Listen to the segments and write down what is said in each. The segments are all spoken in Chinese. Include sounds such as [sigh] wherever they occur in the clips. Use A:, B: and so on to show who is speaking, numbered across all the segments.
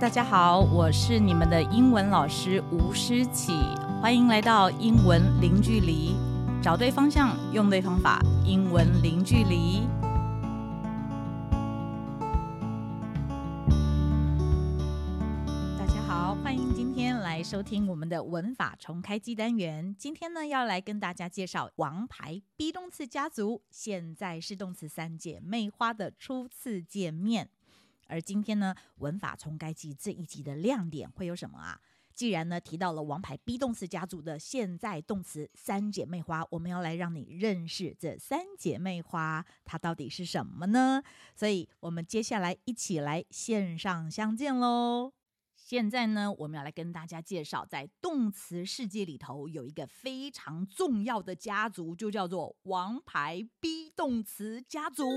A: 大家好，我是你们的英文老师吴诗启，欢迎来到英文零距离，找对方向，用对方法，英文零距离。大家好，欢迎今天来收听我们的文法重开机单元。今天呢，要来跟大家介绍王牌 be 动词家族，现在是动词三姐妹花的初次见面。而今天呢，文法重该集这一集的亮点会有什么啊？既然呢提到了王牌 be 动词家族的现在动词三姐妹花，我们要来让你认识这三姐妹花它到底是什么呢？所以我们接下来一起来线上相见喽。现在呢，我们要来跟大家介绍，在动词世界里头有一个非常重要的家族，就叫做王牌 be 动词家族。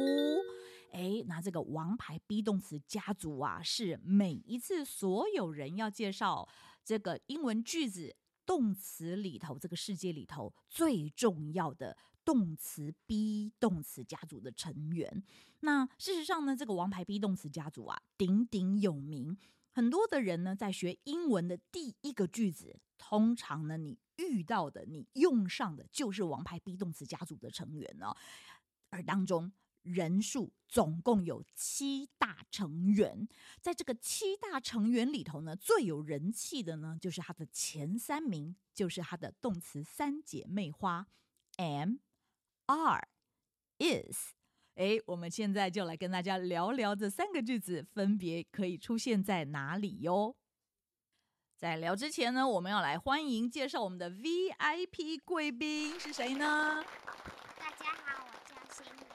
A: 哎，那这个王牌 be 动词家族啊，是每一次所有人要介绍这个英文句子动词里头，这个世界里头最重要的动词 be 动词家族的成员。那事实上呢，这个王牌 be 动词家族啊，鼎鼎有名。很多的人呢，在学英文的第一个句子，通常呢，你遇到的、你用上的就是王牌 be 动词家族的成员哦。而当中人数总共有七大成员，在这个七大成员里头呢，最有人气的呢，就是它的前三名，就是它的动词三姐妹花 am、are、is。诶，我们现在就来跟大家聊聊这三个句子分别可以出现在哪里哟。在聊之前呢，我们要来欢迎介绍我们的 VIP 贵宾是谁呢？
B: 大家好，我叫新梅。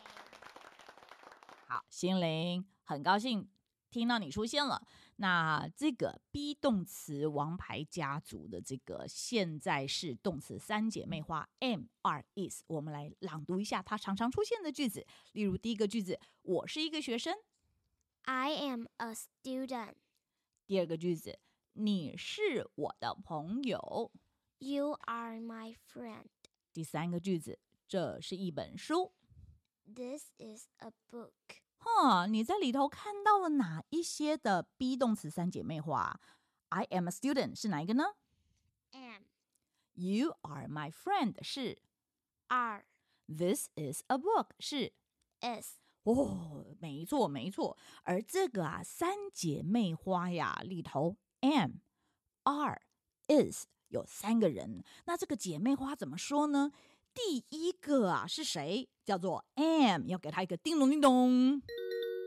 A: 好，心灵，很高兴听到你出现了。那这个 be 动词王牌家族的这个现在是动词三姐妹花 am are is，我们来朗读一下它常常出现的句子。例如第一个句子，我是一个学生；
B: I am a student.
A: 第二个句子，你是我的朋友；
B: You are my friend.
A: 第三个句子，这是一本书。
B: This is a book.
A: 哼，你在里头看到了哪一些的 be 动词三姐妹花？I am a student 是哪一个呢？
B: Am
A: You are my friend 是
B: are
A: This is a book 是
B: is
A: 哦，没错没错。而这个啊，三姐妹花呀里头 am、are、is 有三个人。那这个姐妹花怎么说呢？第一个啊是谁？叫做 am，要给她一个叮咚叮咚。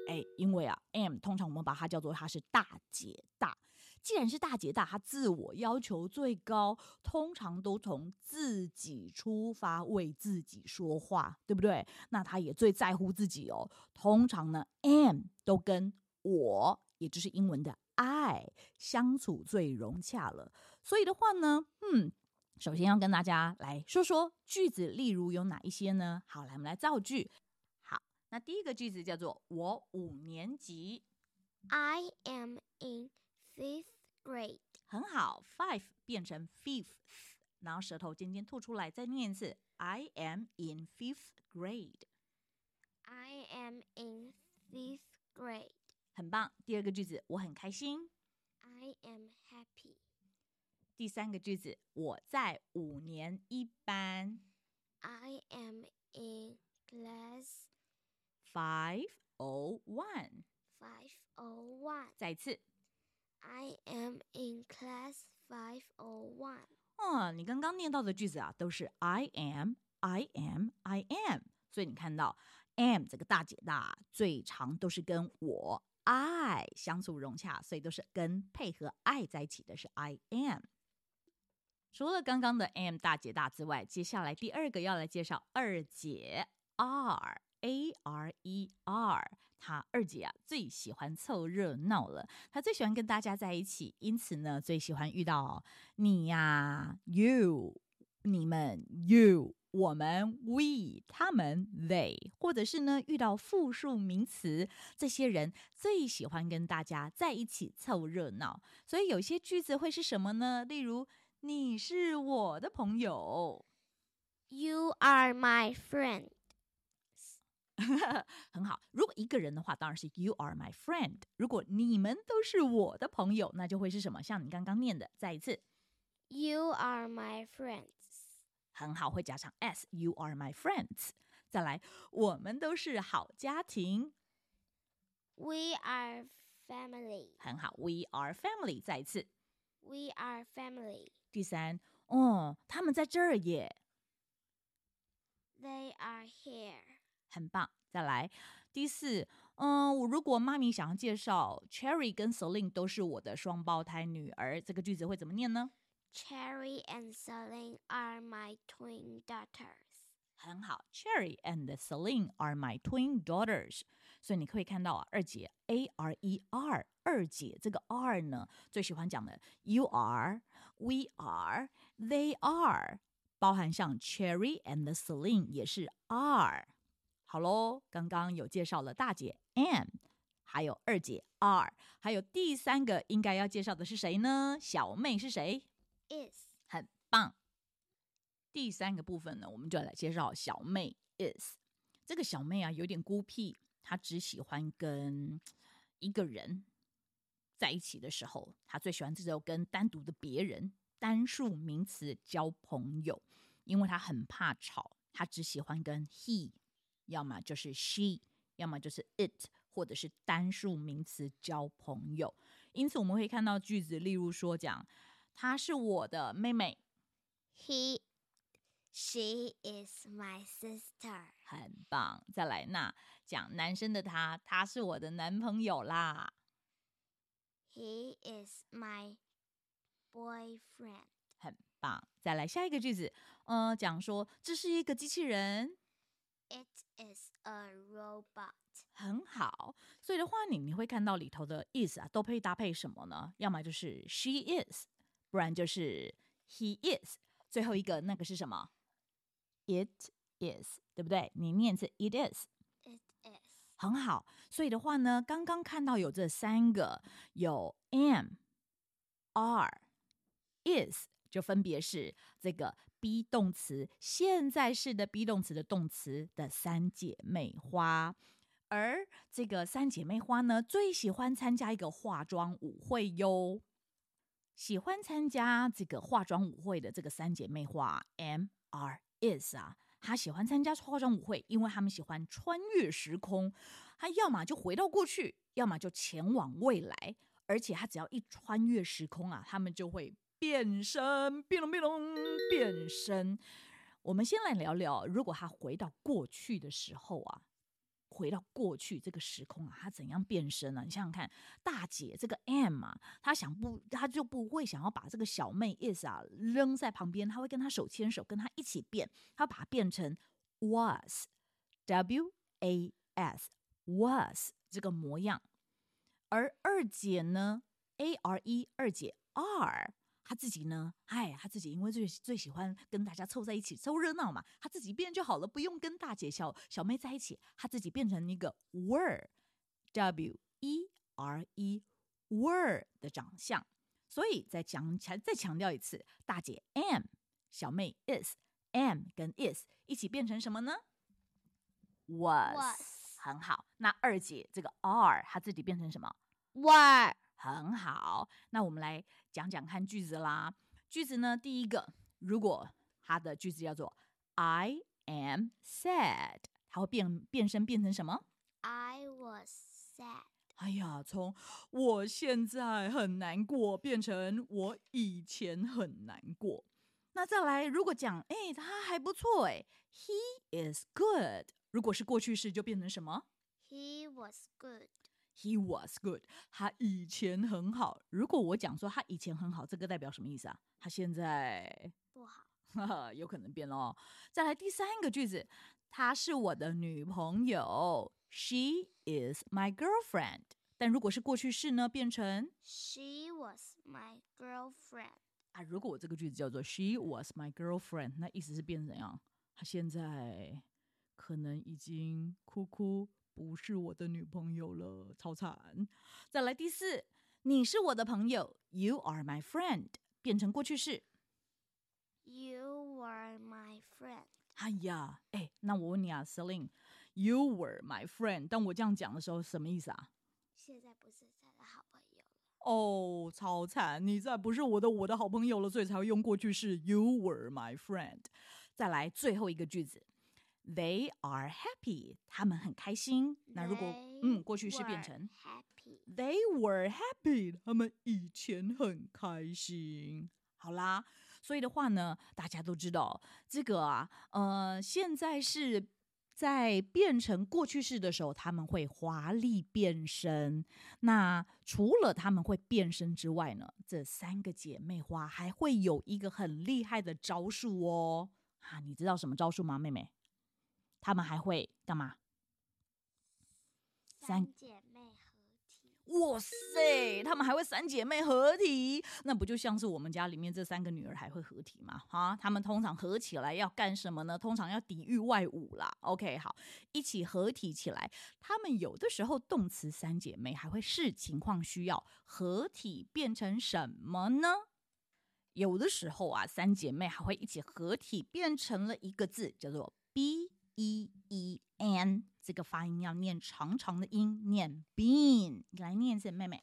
A: 哎，因为啊，am 通常我们把它叫做她是大姐大。既然是大姐大，她自我要求最高，通常都从自己出发为自己说话，对不对？那她也最在乎自己哦。通常呢，am 都跟我，也就是英文的 I 相处最融洽了。所以的话呢，嗯，首先要跟大家来说说句子，例如有哪一些呢？好，来我们来造句。好，那第一个句子叫做“我五年级”。
B: I am in fifth grade.
A: 很好，five 变成 fifth，然后舌头尖尖吐出来，再念一次，I am in fifth grade，
B: I am in fifth grade.
A: 很棒。第二个句子，我很开心。
B: I am happy.
A: 第三个句子，我在五年一班
B: I am in class
A: five o one，
B: 501.
A: 再一次。
B: I am in class 501.
A: 哦，你刚刚念到的句子啊，都是 I am, I am, I am。所以你看到 am 这个大姐大，最常都是跟我 I 相处融洽，所以都是跟配合 I 在一起的是 I am。除了刚刚的 am 大姐大之外，接下来第二个要来介绍二姐 R A R E R。她二姐啊最喜欢凑热闹了，她最喜欢跟大家在一起，因此呢最喜欢遇到你呀、you，你们 you，我们 we，他们 they，或者是呢遇到复数名词，这些人最喜欢跟大家在一起凑热闹。所以有些句子会是什么呢？例如你是我的朋友， [laughs]
B: You are my friend.
A: 很好。如果一个人的话，当然是 You are my friend。如果你们都是我的朋友，那就会是什么？像你刚刚念的，再一次，
B: You are my friends.
A: 很好，会加上 s。You are my friends。再来，我们都是好家庭，
B: We are family.
A: 很好。We are family。再一次，
B: We are family.
A: 第三，哦，他们在这儿耶，
B: They are here.
A: 很棒。再来，第四，嗯，我如果妈咪想要介绍 Cherry 跟 Celine 都是我的双胞胎女儿，这个句子会怎么念呢？
B: Cherry and Celine are my twin daughters.
A: 很好，Cherry and Celine are my twin daughters。所以你可以看到啊，二姐 A R E R，二姐这个 R 呢，最喜欢讲的 You are, we are, they are，包含像 Cherry and Celine 也是 R。好喽，刚刚有介绍了大姐 M，还有二姐 R，还有第三个应该要介绍的是谁呢？小妹是谁？
B: Is
A: 很棒。第三个部分呢，我们就来介绍小妹 is。这个小妹啊，有点孤僻，她只喜欢跟一个人在一起的时候，她最喜欢这种跟单独的别人、单数名词交朋友，因为她很怕吵，她只喜欢跟 he，要么就是 she，要么就是 it，或者是单数名词交朋友。因此，我们会看到句子，例如说讲她是我的妹妹，
B: he? She is my sister.
A: 很棒。再来，那讲男生的他，他是我的男朋友啦，
B: He is my boyfriend.
A: 很棒。再来下一个句子，呃，讲说这是一个机器人，
B: It is a robot.
A: 很好。所以的话你，你会看到里头的 is 啊，都配搭配什么呢？要么就是 she is，不然就是 he is。最后一个那个是什么？It is，对不对？你念是 it is。
B: It is.
A: 很好。所以的话呢，刚刚看到有这三个，有 am、are、is，就分别是这个 be 动词现在式的 be 动词的动词的三姐妹花。而这个三姐妹花呢，最喜欢参加一个化妆舞会哟。喜欢参加这个化妆舞会的这个三姐妹花 M R is 啊，她喜欢参加化妆舞会，因为她们喜欢穿越时空，她要么就回到过去，要么就前往未来，而且她只要一穿越时空啊，她们就会变身，变龙变龙变身。我们先来聊聊，如果她回到过去的时候啊，回到过去这个时空啊，她怎样变身呢、你想想看，大姐这个 M 啊，她想不，她就不会想要把这个小妹 is 啊扔在旁边，她会跟她手牵手，跟她一起变，她把它变成 was w a s was 这个模样。而二姐呢，A R E 二姐 R，她自己呢，哎，她自己因为最最喜欢跟大家凑在一起凑热闹嘛，她自己变就好了，不用跟大姐小小妹在一起，她自己变成一个 were W E R E were 的长相。所以再讲强再强调一次，大姐 M，小妹 is M 跟 is 一起变成什么呢
B: Was
A: 很好。那二姐这个 R，她自己变成什么？
B: What?
A: 很好，那我们来讲讲看句子啦。句子呢，第一个，如果它的句子叫做 "I am sad"，它会变变身变成什么？
B: I was sad.
A: 哎呀，从我现在很难过变成我以前很难过。那再来，如果讲哎、他还不错哎，He is good。如果是过去式，就变成什么？
B: He was good.
A: He was good，他以前很好。如果我讲说他以前很好，这个代表什么意思啊？他现在
B: 不好。
A: 哈哈， [laughs] 有可能变咯。再来第三个句子，她是我的女朋友，She is my girlfriend。但如果是过去式呢，变成
B: She was my girlfriend.
A: 啊，如果我这个句子叫做 She was my girlfriend，那意思是变怎样？她现在可能已经哭哭不是我的女朋友了，超惨。再来第四，你是我的朋友，You are my friend，变成过去式。
B: You were my friend.
A: 哎呀，哎，那我问你啊，Celine。 You were my friend。当我这样讲的时候，什么意思啊？
B: 现在不是他的好朋友了。
A: 哦，超惨！你再不是我的我的好朋友了，所以才会用过去式 You were my friend。再来最后一个句子，They are happy，他们很开心。那如果
B: They
A: 嗯过去式变
B: were
A: 成
B: happy，
A: They were happy，他们以前很开心。好啦，所以的话呢，大家都知道这个啊，呃，现在是在变成过去式的时候，他们会华丽变身。那除了他们会变身之外呢，这三个姐妹花还会有一个很厉害的招数哦。啊，你知道什么招数吗，妹妹？他们还会干嘛？三
B: 三姐妹合体，
A: 哇塞，她们还会三姐妹合体，那不就像是我们家里面这三个女儿还会合体吗？哈，她们通常合起来要干什么呢？通常要抵御外侮啦。OK，好，一起合体起来。她们有的时候动词三姐妹还会视情况需要合体变成什么呢？有的时候啊，三姐妹还会一起合体变成了一个字，叫做 b e e n。这个发音要念长长的音，念 bean。你来念一次，妹妹，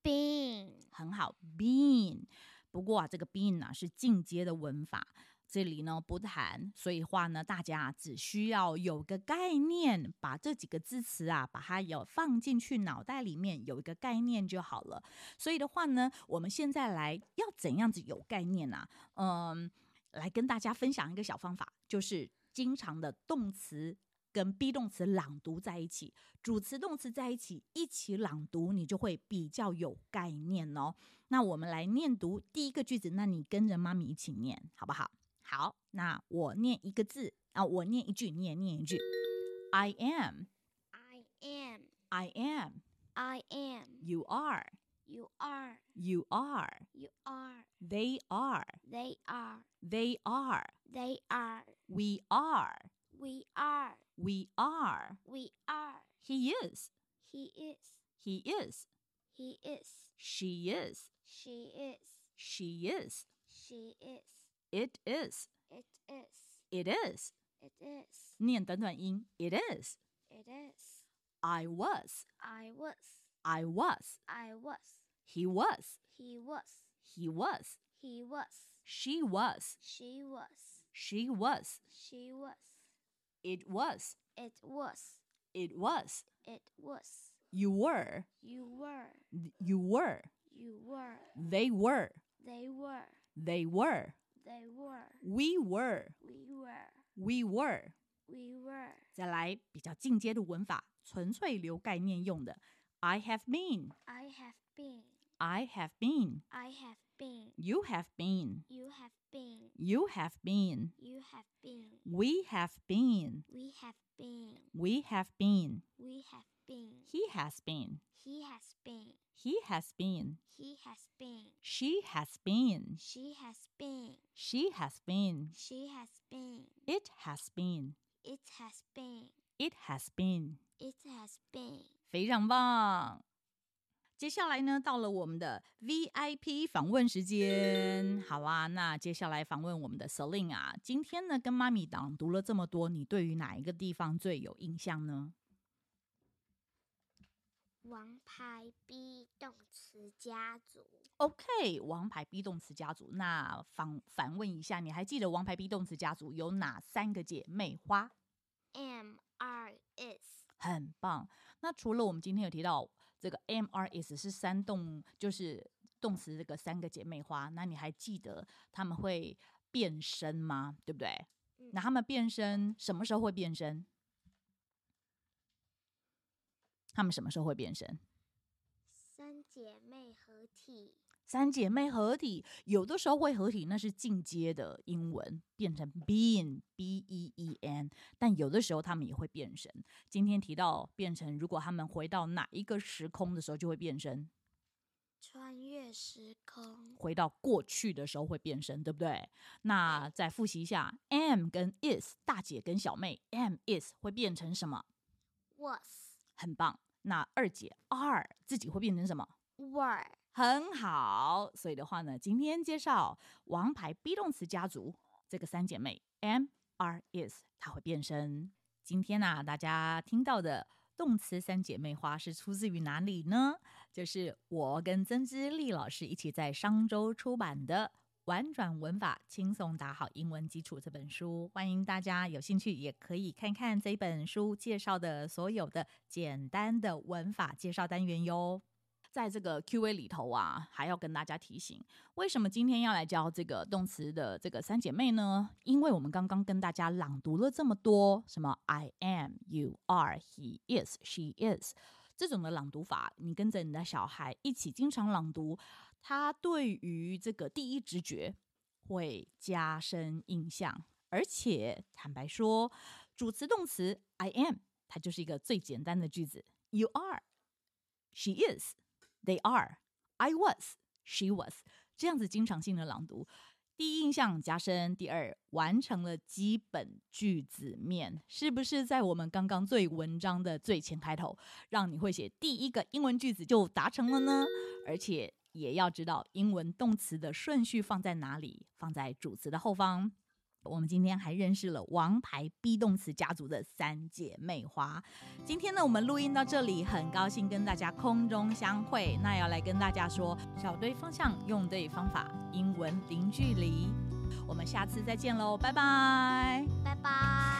B: 并
A: 很好，bean。不过啊，这个 bean 啊是进阶的文法，这里呢不谈。所以话呢，大家啊只需要有个概念，把这几个字词啊，把它有放进去脑袋里面，有一个概念就好了。所以的话呢，我们现在来要怎样子有概念啊？嗯，来跟大家分享一个小方法，就是经常的动词跟 be 动词朗读在一起，主词动词在一起一起朗读，你就会比较有概念哦。那我们来念读第一个句子，那你跟着妈咪一起念好不好？好，那我念一个字啊，我念一句，你也念一句。I am,
B: I am,
A: I am,
B: I am,
A: you are,
B: you are,
A: you are,
B: you are,
A: they are,
B: they are,
A: they are,
B: they are,
A: we are,
B: we are,
A: we are,
B: we are.
A: he is,
B: He is,
A: he is,
B: he is,
A: she is,
B: she is,
A: she is,
B: she is,
A: it is,
B: it is,
A: it is，
B: it is,
A: 念短短音，it is。
B: it is.
A: I was,
B: I was,
A: I was,
B: I was,
A: he was,
B: he was,
A: he was,
B: he was,
A: she was,
B: she was,
A: she was,
B: she was,
A: it was,
B: it was,
A: it was,
B: it was.
A: you were,
B: You were,
A: th- you were,
B: you were,
A: they were,
B: they were,
A: they were,
B: they were,
A: we were,
B: we were,
A: we were.
B: we were.
A: 再来比较进阶的文法，纯粹留概念用的。I have been,
B: I have been,
A: I have been,
B: I have been,
A: you have been,
B: you have been,
A: you have been,
B: you have been.
A: we have been,
B: We have been.
A: we have been,
B: We have been.
A: he has been,
B: He has been.
A: he has been,
B: He has been.
A: She has been.
B: She has been.
A: She has been.
B: She has been.
A: It has been.
B: It has been.
A: It has been.
B: It has been.
A: 非常棒。接下来呢，到了我们的 VIP 访问时间。好啊，那接下来访问我们的 Selin 啊，今天呢跟妈咪朗读了这么多，你对于哪一个地方最有印象呢？
B: 王牌 B 动词家族
A: OK，王牌 B 动词家族。那反反问一下，你还记得王牌 B 动词家族有哪三个姐妹花？
B: M R S
A: 很棒。那除了我们今天有提到这个 M R S 是三动，就是动词这个三个姐妹花，那你还记得她们会变身吗？对不对？
B: 嗯
A: 那她们变身什么时候会变身？她们什么时候会变身？
B: 三姐妹合体
A: 三姐妹合体，有的时候会合体，那是进阶的英文，变成 bean b e e n。但有的时候她们也会变身。今天提到变成，如果她们回到哪一个时空的时候就会变身，
B: 穿越时空
A: 回到过去的时候会变身，对不对？那再复习一下，m 跟 is，大姐跟小妹，m is 会变成什么？
B: was
A: 很棒。那二姐 r 自己会变成什么？
B: were
A: 很好，所以的话呢，今天介绍王牌 B 动词家族这个三姐妹 M R S，它会变身。今天呢、大家听到的动词三姐妹花是出自于哪里呢？就是我跟曾之丽老师一起在商周出版的《婉转文法，轻松打好英文基础》这本书，欢迎大家有兴趣也可以看看这本书介绍的所有的简单的文法介绍单元哟。在这个 Q&A 里头啊，还要跟大家提醒，为什么今天要来教这个动词的这个三姐妹呢？因为我们刚刚跟大家朗读了这么多，什么 I am、you are、he is、she is 这种的朗读法，你跟着你的小孩一起经常朗读，他对于这个第一直觉会加深印象。而且坦白说，主词动词 I am 它就是一个最简单的句子，You are。She is, they are, I was, she was，这样子经常性的朗读，第一印象加深，第二完成了基本句子面，是不是在我们刚刚最文章的最前开头，让你会写第一个英文句子就达成了呢？而且也要知道英文动词的顺序放在哪里，放在主词的后方。我们今天还认识了王牌 be 动词家族的三姐妹花。今天呢，我们录音到这里，很高兴跟大家空中相会。那要来跟大家说，找对方向，用对方法，英文零距离。我们下次再见喽，拜拜。
B: 拜拜。